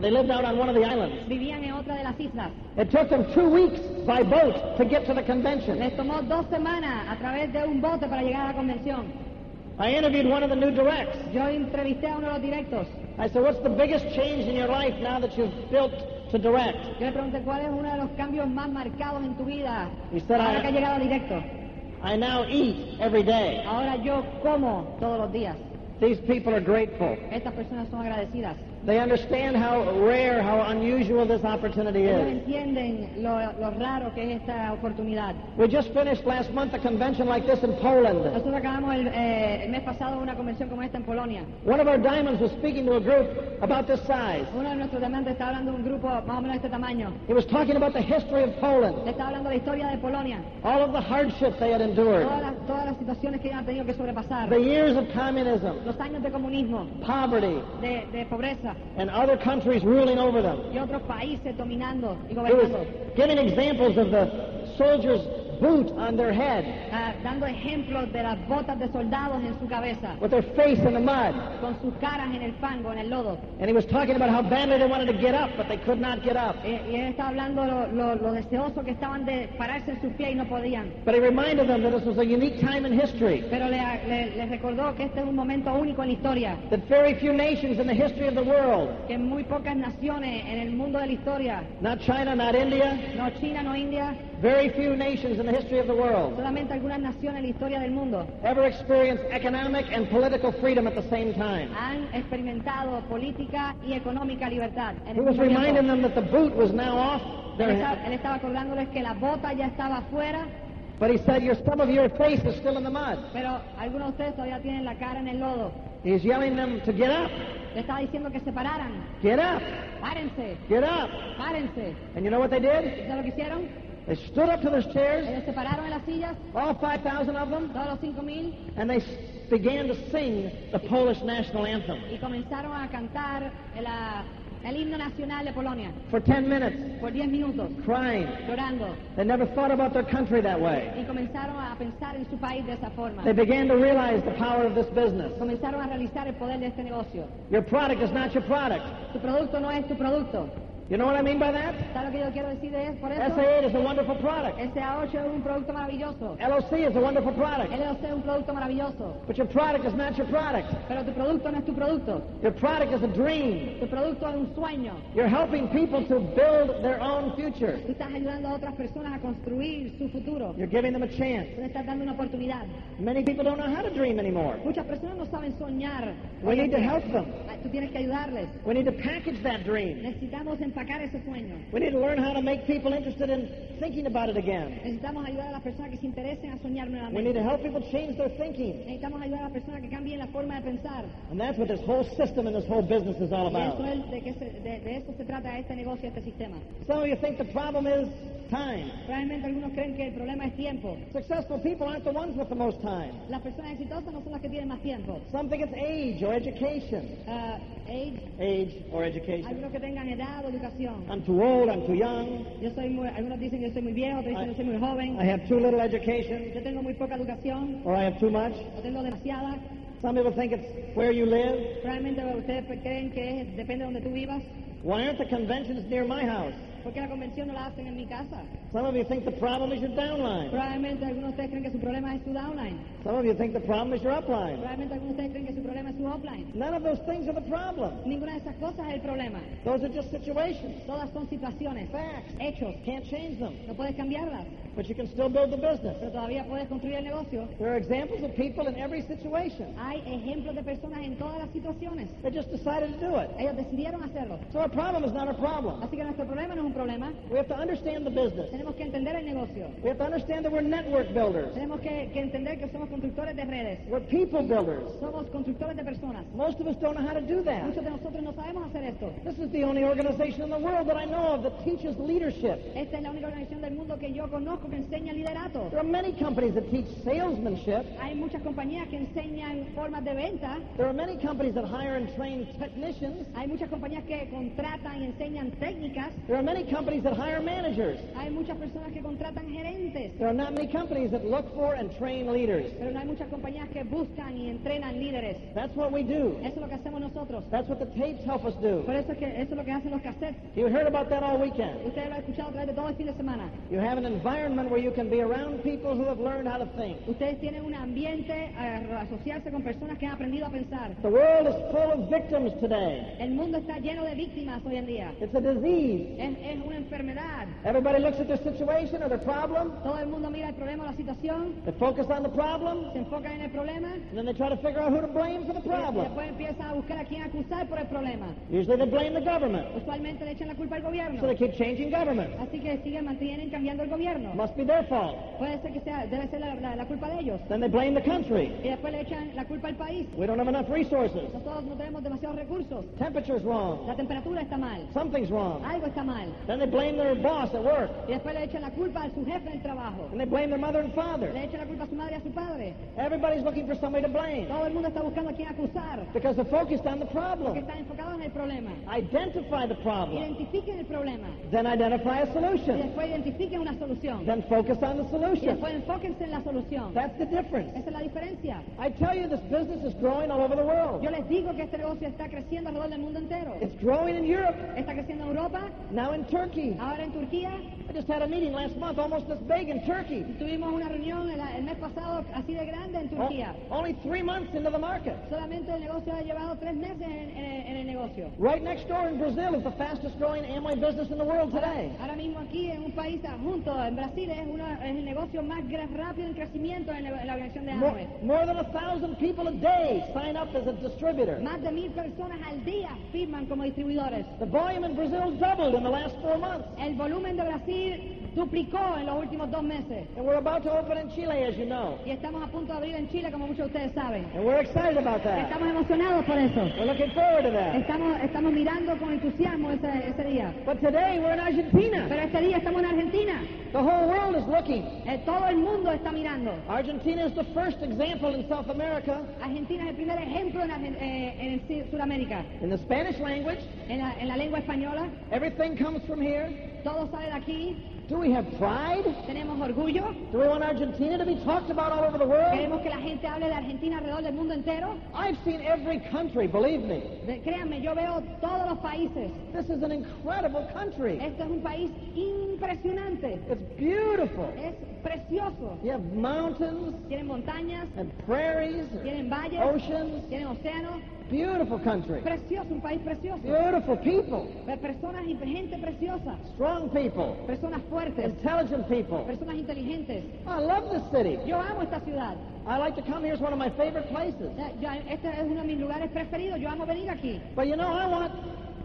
They lived out on one of the islands.
Vivían en otra de las islas.
It took them two weeks by boat to get to the convention.
Les tomó dos semanas a través de un bote para llegar a la convención.
I interviewed one of the new directs.
Yo entrevisté a uno de los directos.
I said, What's the biggest change in your life now that you've built to direct?
Yo le pregunté cuál es uno de los cambios más marcados en tu vida
He said,
ahora que has
I,
llegado a directo.
I now eat every day.
Ahora yo como todos los días.
These people are grateful.
Estas personas son agradecidas.
They understand how rare, how unusual this opportunity
Ellos
is.
entienden lo, lo raro que es esta oportunidad.
We just finished last month a convention like this in Poland.
Nosotros acabamos el, eh, el mes pasado una convención como esta en Polonia.
One of our diamonds was speaking to a group about this size.
Uno de nuestros diamantes estaba hablando de un grupo más o menos de este tamaño.
He was talking about the history of Poland,
Le estaba hablando de la historia de Polonia,
all of the hardship they had endured,
todas las, todas las situaciones que ellos han tenido que sobrepasar,
the years of communism,
los años de comunismo,
poverty,
de, de pobreza
and other countries ruling over them.
y otros países dominando y
He
gobernando,
was giving examples of the soldier's boot on their head
ah, dando ejemplos de las botas de soldados en su cabeza,
with their face in the mud.
con sus caras en el fango, en el lodo.
And he was talking about how badly they wanted to get up, but they could not get up.
Eh, y él estaba hablando lo, lo, lo deseosos que estaban de pararse en sus pies y no podían.
But he reminded them that this was a unique time in history,
Pero le, le- les recordó que este es un momento único en la historia,
that very few nations in the history of the world,
que muy pocas naciones en el mundo de la historia,
not China, not India,
no China, no India,
very few nations in the history of the world,
solamente algunas naciones en la historia del mundo
ever experienced economic and political freedom at the same time.
han experimentado política y económica libertad. En
He
el
was
mismo tiempo.
reminding them that the boot was now off
él,
their
estaba,
head.
él estaba acordándoles que la bota ya estaba afuera,
But he said, your, some of your face is still in the mud.
pero algunos de ustedes todavía tienen la cara en el lodo.
He's yelling them to get up,
Le estaba diciendo que se pararan,
get up,
párense,
Get up.
párense.
And you know what they did?
¿Ya lo que hicieron?
They stood up to their chairs,
Ellos se pararon en las sillas,
all 5,000 of them,
todos los 5.000,
and they s- began to sing the Polish national anthem
y comenzaron a cantar el, ah, el himno nacional de Polonia
for 10 minutes,
por 10 minutos,
crying.
llorando.
They never thought about their country that way.
Y comenzaron a pensar en su país de esa forma.
They began to realize the power of this business.
Comenzaron a realizar el poder de este negocio.
Your product is not your product.
Tu producto no es tu producto.
You know what I mean by that?
¿Sabes lo que yo quiero decir de eso? Por eso,
SA8 is a wonderful product.
SA8 es un producto maravilloso.
LOC is a wonderful product.
LOC es un producto maravilloso.
But your product is not your product.
Pero tu producto no es tu producto.
Your product is a dream.
Tu producto es un sueño.
You're helping people to build their own future.
Tú estás ayudando a otras personas a construir su futuro.
You're giving them a chance.
Tú le estás dando una oportunidad.
Many people don't know how to dream anymore.
Muchas personas no saben soñar. Ah,
We need to help them.
Tú tienes que ayudarles.
We need to package that dream.
Necesitamos empacar ese sueño.
We need to learn how to make people interested in thinking about it again.
Necesitamos ayudar a las personas que se interesen a soñar
We need
nuevamente.
to help people change their thinking.
Necesitamos ayudar a las personas que cambien la forma de pensar.
And that's what this whole system and this whole business is all
Y eso
about.
es de, que se- de- de eso se trata este negocio, este sistema.
Some of you think the problem is time.
Realmente algunos creen que el problema es tiempo.
Successful people aren't the ones with the most time.
Las personas exitosas no son las que tienen más tiempo.
Some think it's age or education.
Ah, age,
Age or education.
algunos que tengan edad o educación.
I'm too old, I'm too young,
Yo soy muy, algunos dicen que yo soy muy viejo, otros dicen que yo soy muy joven.
I have too little education,
Yo tengo muy poca educación,
or I have too much.
o tengo demasiada.
Some people think it's where you live.
pues, Realmente ustedes creen que es- depende de donde tú vivas.
Why aren't the conventions near my house?
Porque la convención no la hacen en mi casa.
Some of you think the problem is your downline.
Probablemente algunos de ustedes creen que su problema es su downline.
Some of you think the problem is your upline.
Probablemente algunos de ustedes creen que su problema es su offline.
None of those things are the problem.
Ninguna de esas cosas es el problema.
Those are just situations,
Todas son situaciones,
facts.
hechos.
Can't change them,
No puedes cambiarlas,
but you can still build the business.
pero todavía puedes construir el negocio.
There are examples of people in every situation.
Hay ejemplos de personas en todas las situaciones.
They just decided to do it.
Ellos decidieron hacerlo.
So our problem is not a problem.
Así que nuestro problema no es un problema.
We have to understand the business.
Tenemos que entender el negocio.
We have to understand that we're network builders.
Tenemos que, que entender que somos constructores de redes.
We're people builders.
Somos constructores de personas.
Most of us don't know how to do that.
Muchos de nosotros no sabemos hacer esto.
This is the only organization in the world that I know of that teaches leadership.
Esta es la única organización del mundo que yo conozco que enseña liderato.
There are many companies that teach salesmanship.
Hay muchas compañías que enseñan formas de venta.
There are many companies that hire and train technicians.
Hay muchas compañías que contratan y enseñan técnicas.
There are many companies that hire managers.
Hay muchas personas que contratan gerentes.
There are not many companies that look for and train leaders.
Pero no hay muchas compañías que buscan y entrenan líderes.
That's what we do.
Eso es lo que hacemos nosotros.
That's what the tapes help us do.
Por eso es que eso es lo que hacen los cassettes.
You heard about that all weekend.
Ustedes lo han escuchado a través de todo el fin de semana.
You have an environment where you can be around people who have learned how to think.
Ustedes tienen un ambiente a asociarse con personas que han aprendido a pensar.
The world is full of victims today.
El mundo está lleno de víctimas hoy en día.
It's a disease.
Es, es una enfermedad.
Everybody looks at their situation or their problem.
Todo el mundo mira el problema o la situación,
They focus on the problem,
se enfoca en el problema
and then they try to figure out who to blame for the
y- y
problem.
después empieza a buscar a quién acusar por el problema.
Usually they blame the government,
Usualmente le echan la culpa al
so they
gobierno.
keep changing government.
Así que siguen, mantienen cambiando el gobierno.
Must be their fault.
Puede ser que sea, debe ser la, la- la culpa de ellos.
Then they blame the country.
Y después le echan la culpa al país.
We don't have enough resources.
Nosotros no tenemos demasiados recursos.
Temperature's wrong.
La temperatura está mal.
Something's wrong.
Algo está mal.
Then they blame their boss at work,
Y después le echan la culpa a su jefe del trabajo.
and they blame their mother and father.
Le echan la culpa a su madre y a su padre.
Everybody's looking for somebody to blame
Todo el mundo está buscando a quién acusar.
because they're focused on the
Porque
problem.
están enfocados en el problema.
Identify the problem,
Identifiquen el problema.
then identify a
Y
solution,
después identifiquen una solución.
then focus on the
Y
solution.
después enfóquense en la solución.
That's the difference.
Esa es la diferencia.
I tell you, this business is growing all over the world.
Yo les digo que este negocio está creciendo alrededor del mundo entero.
It's growing in Europe,
Está creciendo en Europa,
now in Turkey.
ahora en Turquía.
I just had a meeting last month, almost this big in Turkey.
Tuvimos una reunión el, el mes pasado así de grande en
O-
Turquía.
only three months into the market.
Solamente el negocio ha llevado tres meses en, en- en el negocio.
Right next door in Brazil is the fastest growing Amway business in the world today.
Ahora mismo aquí en un país junto, en Brasil, es, uno, es el negocio más gra- rápido en crecimiento en la, en la organización de
More,
Amway.
more than a thousand people a day sign up as a distributor.
Más de mil personas al día firman como distribuidores.
The volume in Brazil doubled in the last four months.
El volumen de Brasil duplicó en los últimos dos meses.
And we're about to open in Chile, as you know.
Y estamos a punto de abrir en Chile, como muchos de ustedes saben.
And we're excited about that.
Estamos emocionados por eso.
We're looking forward to that.
Estamos, estamos mirando con entusiasmo ese, ese día.
But today we're in Argentina.
Pero este día estamos en Argentina.
The whole world is looking.
Eh, todo el mundo está mirando.
Argentina is the first example in South America
Argentina es el primer ejemplo en, Argen- eh, en Ci- Sudamérica.
in the Spanish language.
En la, en la lengua española,
Everything comes from here.
todo sale de aquí.
Do we have pride?
Tenemos orgullo.
Do we want Argentina to be talked about all over the world?
Queremos que la gente hable de Argentina alrededor del mundo entero.
I've seen every country, believe me.
De- créanme, yo veo todos los países.
This is an incredible country.
Este es un país impresionante.
It's beautiful.
Es precioso.
You have mountains
Tienen montañas,
and prairies,
tienen valles,
Oh, oceans.
tienen océanos.
Beautiful country.
Precioso, un país precioso.
Beautiful people.
Pe- Personas y gente preciosa.
Strong people.
Personas fuertes,
Intelligent people.
personas inteligentes.
I love this city.
Yo amo esta ciudad.
I like to come here. It's one of my favorite places.
Ya- ya- Este es uno de mis lugares preferidos. Yo amo venir aquí.
But you know, I want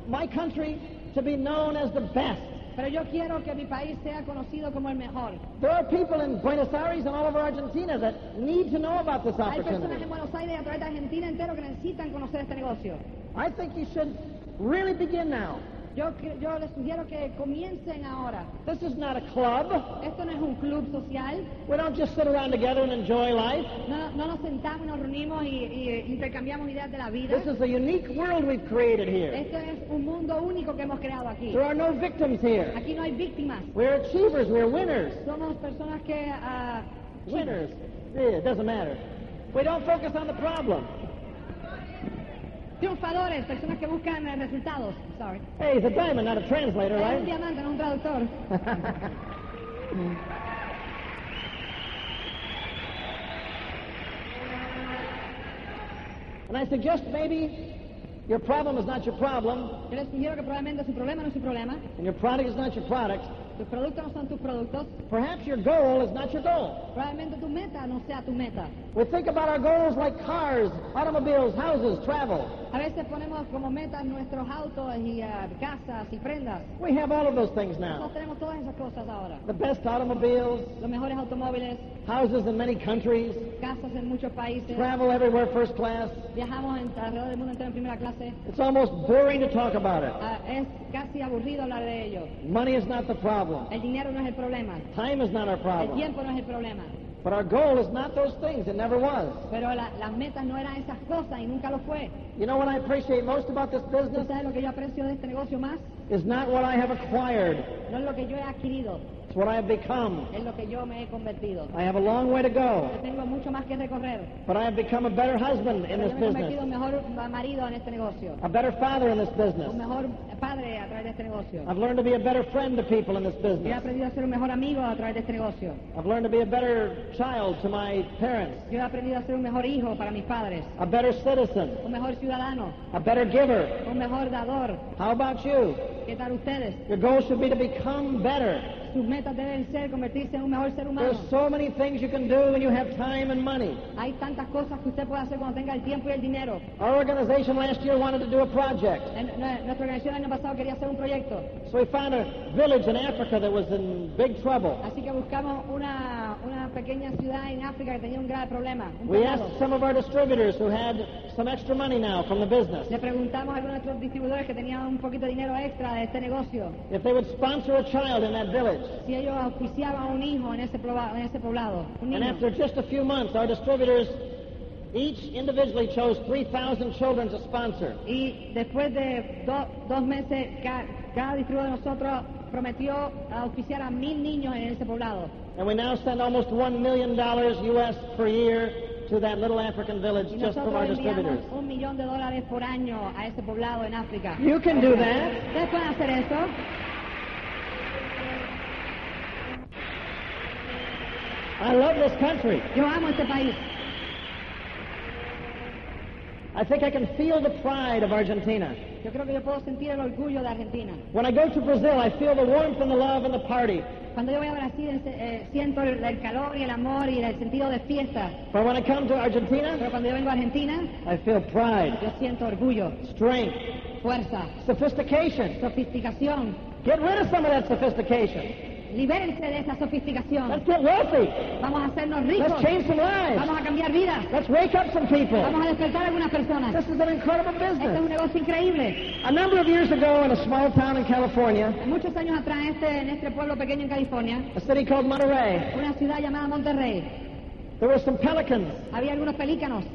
my country to be known as the best.
Pero yo quiero que mi país sea conocido como el mejor.
There are people in Buenos Aires and all over Argentina that need to know about this
Hay personas en
opportunity.
Buenos Aires y a través de Argentina entero que necesitan conocer este negocio.
I think you should really begin now.
Yo, cre- yo les sugiero que comiencen ahora.
This is not a club.
Esto no es un club social.
We don't just sit around together and enjoy life.
No, no nos sentamos, nos reunimos y, y intercambiamos ideas de la vida.
This is a unique world we've created here.
Esto es un mundo único que hemos creado aquí.
There are no victims here.
Aquí no hay víctimas.
We're achievers, we're winners.
Somos personas que ah,
Winners. Yeah, it doesn't matter. We don't focus on the problem.
Triunfadores, personas que buscan eh, resultados. Sorry.
Hey, he's a diamond, not a translator,
Es un
right?
diamante, no un traductor.
And I suggest maybe your problem is not your problem,
Yo les sugiero que probablemente su problema no es su problema,
and your product is not your product.
tus productos no son tus productos,
Perhaps your goal is not your goal.
probablemente tu meta no sea tu meta.
We think about our goals like cars, automobiles, houses, travel.
A veces ponemos como meta nuestros autos y eh, casas y prendas.
We have all of those things now.
Nosotros tenemos todas esas cosas ahora.
The best automobiles,
Los mejores automóviles,
houses in many countries,
casas en muchos países,
travel everywhere first class.
viajamos en, alrededor del mundo entero en primera clase.
It's almost boring to talk about it.
Ah, es casi aburrido hablar de ello.
Money is not the problem.
El dinero no es el problema,
Time is not our
el
problem.
tiempo no es el problema.
But our goal is not those things. It never was.
Pero la- las metas no eran esas cosas y nunca lo fue.
You know what I appreciate most about this
¿Tú
business?
sabes lo que yo aprecio de este negocio más?
Is not what I have acquired.
No es lo que yo he adquirido,
It's what I have become.
es lo que yo me he convertido.
I have a long way to
Yo
go.
tengo mucho más que recorrer.
But I have become a better husband in
Pero
this
yo me he convertido
business.
en mejor marido en este negocio,
A better father in this
un
business.
mejor padre a través de este negocio.
I've learned to be a better friend to people in this
Yo he
business.
aprendido a ser un mejor amigo a través de este negocio.
I've learned to be a better child to my parents.
Yo he aprendido a ser un mejor hijo para mis padres,
A better citizen.
un mejor ciudadano,
A better giver.
un mejor dador.
How about you?
¿Qué tal ustedes?
Your goal should be to become better.
Sus metas deben ser convertirse en un mejor ser humano.
There's so many things you can do when you have time and money.
Hay tantas cosas que usted puede hacer cuando tenga el tiempo y el dinero.
Our organization last year wanted to do a project.
En- en- Nuestra organización el año pasado quería hacer un proyecto,
So we found a village in Africa that was in big trouble.
así que buscamos una, una pequeña ciudad en África que tenía un grave problema. un
We
poblado.
asked some of our distributors who had some extra money now from the business
Le preguntamos a algunos de nuestros distribuidores que tenían un poquito de dinero extra de este negocio
if they would sponsor a child in that village.
si ellos auspiciaban a un hijo en ese, proba- en ese poblado. Un
And
niño.
after just a few months, our distributors each individually chose 3,000 children to sponsor.
Y después de do- dos meses, ca- cada distribuidor de nosotros prometió auspiciar a mil niños en ese poblado.
And we now send almost $1 million U.S. per year to that little African village
Y
just from
nosotros
our
enviamos
distributors.
un millón de dólares por año a ese poblado en África.
You can do that.
¿Ustedes pueden hacer eso?
I love this country.
Yo amo este país.
I think I can feel the pride of Argentina.
Yo creo que yo puedo sentir el orgullo de Argentina.
When I go to Brazil, I feel the warmth and the love and the party.
Cuando yo voy a Brasil eh, siento el, el calor y el amor y el sentido de fiesta.
But when I come to
Pero
Argentina,
cuando yo vengo a Argentina,
I feel pride,
yo siento orgullo,
strength,
fuerza,
sophistication.
sofisticación.
Get rid of some of that sophistication.
Libérense de esa sofisticación.
Let's get wealthy.
Vamos a hacernos
Let's
ricos.
change some lives.
Vamos a cambiar vidas.
Let's wake up some people.
Vamos a despertar a algunas personas.
This is an incredible
Este es
business.
un negocio increíble.
A number of years ago, in a small town in California,
Muchos años atrás, este, en este pueblo pequeño en California,
a city called Monterey,
una ciudad llamada Monterrey,
there were some pelicans
había algunos pelícanos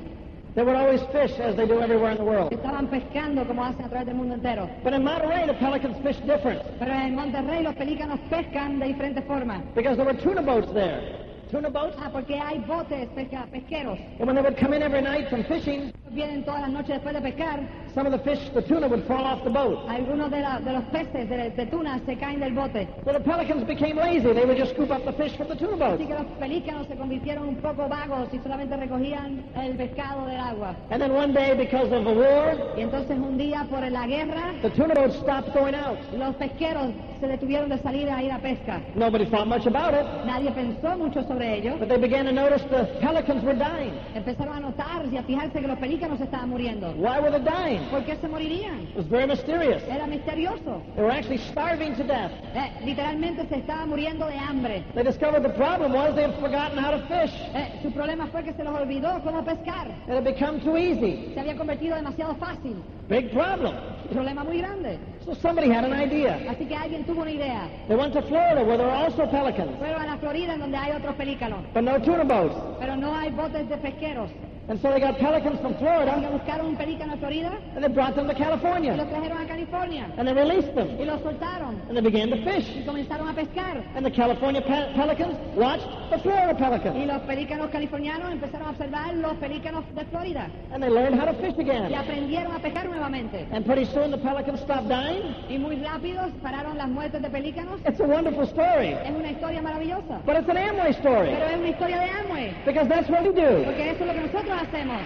that would always fish as they do everywhere in the
que
world.
estaban pescando como hacen a través del mundo entero.
But in Monterey, the pelicans fish different
Pero en Monterrey los pelícanos pescan de diferentes formas.
because there were tuna boats there. Tuna boats?
Ah, porque hay botes pesca- pesqueros.
And when they would come in every night from fishing,
Vienen todas las noches después de pescar.
some of the fish, the tuna, would fall off the boat.
Algunos de, la- de los peces de, de tuna se caen del bote.
So the pelicans became lazy. They would just scoop up the fish from the tuna boats.
Así que los pelícanos se convirtieron un poco vagos y solamente recogían el pescado del agua.
And then one day, because of a war,
Y entonces un día por la guerra
the tuna boats stopped going out.
los pesqueros se detuvieron de salir a ir a pesca.
Nobody thought much about it,
Nadie pensó mucho sobre ello.
but they began to notice the pelicans were dying.
Empezaron a notar y a fijarse que los pelícanos estaban muriendo.
Why were they dying?
¿Por qué se morirían?
It was very mysterious.
Era misterioso.
They were actually starving to death.
Eh, literalmente se estaba muriendo de hambre.
They discovered the problem was they had forgotten how to fish.
Eh, su problema fue que se los olvidó cómo pescar.
It had become too easy.
Se había convertido demasiado fácil.
Big problem.
Problema muy grande.
So somebody had an idea.
Así que alguien tuvo una idea.
They went to Florida where there were also pelicans,
Fueron a la Florida en donde hay otros pelícanos.
but no tuna boats.
Pero no hay botes de pesqueros.
And so they got pelicans from
Así que
Florida
buscaron un pelícano en Florida
and they brought them to
y los
California.
trajeron a California
And they released them
y los soltaron
and they began to
y
fish.
comenzaron a pescar.
And the California pe- pelicans watched the Florida pelicans
Y los pelícanos californianos empezaron a observar los pelícanos de Florida
and they learned how to fish
y
again.
aprendieron a pescar nuevamente.
And pretty soon the pelicans stopped dying.
Y muy rápido pararon las muertes de pelícanos.
It's a wonderful story,
Es una historia maravillosa,
but it's an Amway story
pero es una historia de Amway,
because that's what we do.
porque eso es lo que nosotros hacemos.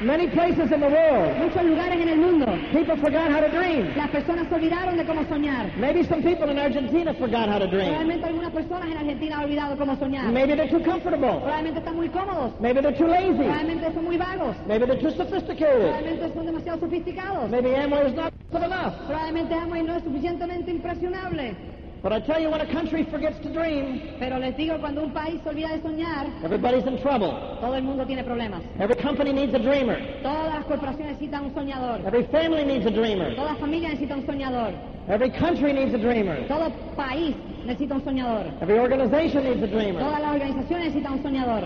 Many places in the world,
Muchos lugares en el mundo,
people forgot how to dream.
las personas se olvidaron de cómo soñar.
Maybe some people in Argentina forgot how to dream.
Probablemente algunas personas en Argentina han olvidado cómo soñar.
Maybe they're too comfortable.
Probablemente están muy cómodos,
Maybe they're too lazy.
probablemente son muy vagos,
Maybe they're too sophisticated.
probablemente son demasiado sofisticados,
Maybe Amway is not good enough.
probablemente Amway no es suficientemente impresionable.
But I tell you, when a country forgets to dream,
Pero les digo, cuando un país se olvida de soñar,
everybody's in trouble.
todo el mundo tiene problemas.
Every company needs a dreamer.
Todas las corporaciones necesitan un soñador,
Every family needs a dreamer.
toda familia necesita un soñador,
Every country needs a dreamer.
todo país necesita un soñador.
Every organization needs a dreamer.
Todas las organizaciones necesitan un soñador.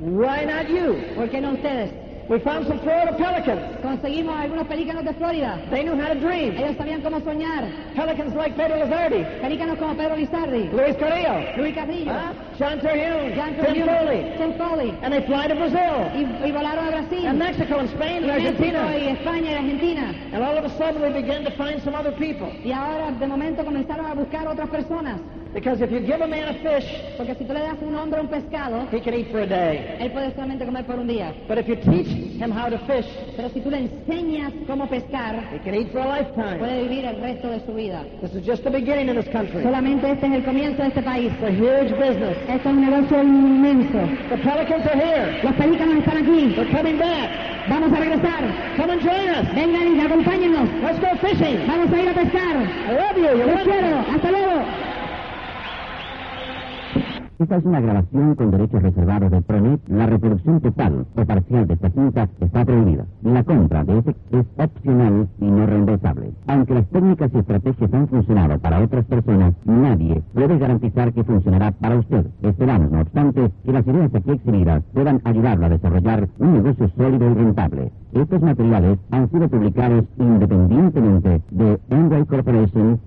Why not you?
¿Por qué no ustedes?
We found some Florida pelicans.
Conseguimos algunos pelícanos de Florida.
They knew how to dream.
Ellos sabían cómo soñar.
Pelicans like Pedro Lazardi,
Pelícanos como Pedro Lizardi,
Luis Carrillo,
Luis Carrillo,
Ah. John Terhune,
Jan
Tim Foley,
Tim Foley.
and they fly to Brazil,
Y, y volaron a Brasil,
and Mexico, and Spain,
y
and
México,
Argentina.
y España, y Argentina.
And all of a sudden, we begin to find some other people.
Y ahora, de momento, comenzaron a buscar otras personas.
Because if you give a man a fish,
Porque si tú le das a un hombre un pescado,
he can eat for a day.
él puede solamente comer por un día.
But if you teach him how to fish,
Pero si tú le enseñas cómo pescar,
he can eat for a lifetime.
puede vivir el resto de su vida.
This is just the beginning in this country.
Solamente este es el comienzo de este país.
It's a huge business.
Esto es un negocio inmenso.
The pelicans are here.
Los pelícanos están aquí.
They're coming back.
Vamos a regresar.
Come and join us.
Vengan y acompáñenos.
Let's go fishing.
Vamos a ir a pescar.
I love you. You're
Los quiero.
wonderful.
Hasta luego.
Esta es una grabación con derechos reservados de Pronet. La reproducción total o parcial de esta cinta está prohibida. La compra de este es opcional y no reembolsable. Aunque las técnicas y estrategias han funcionado para otras personas, nadie puede garantizar que funcionará para usted. Esperamos, no obstante, que las ideas aquí exhibidas puedan ayudarlo a desarrollar un negocio sólido y rentable. Estos materiales han sido publicados independientemente de Enway Corporation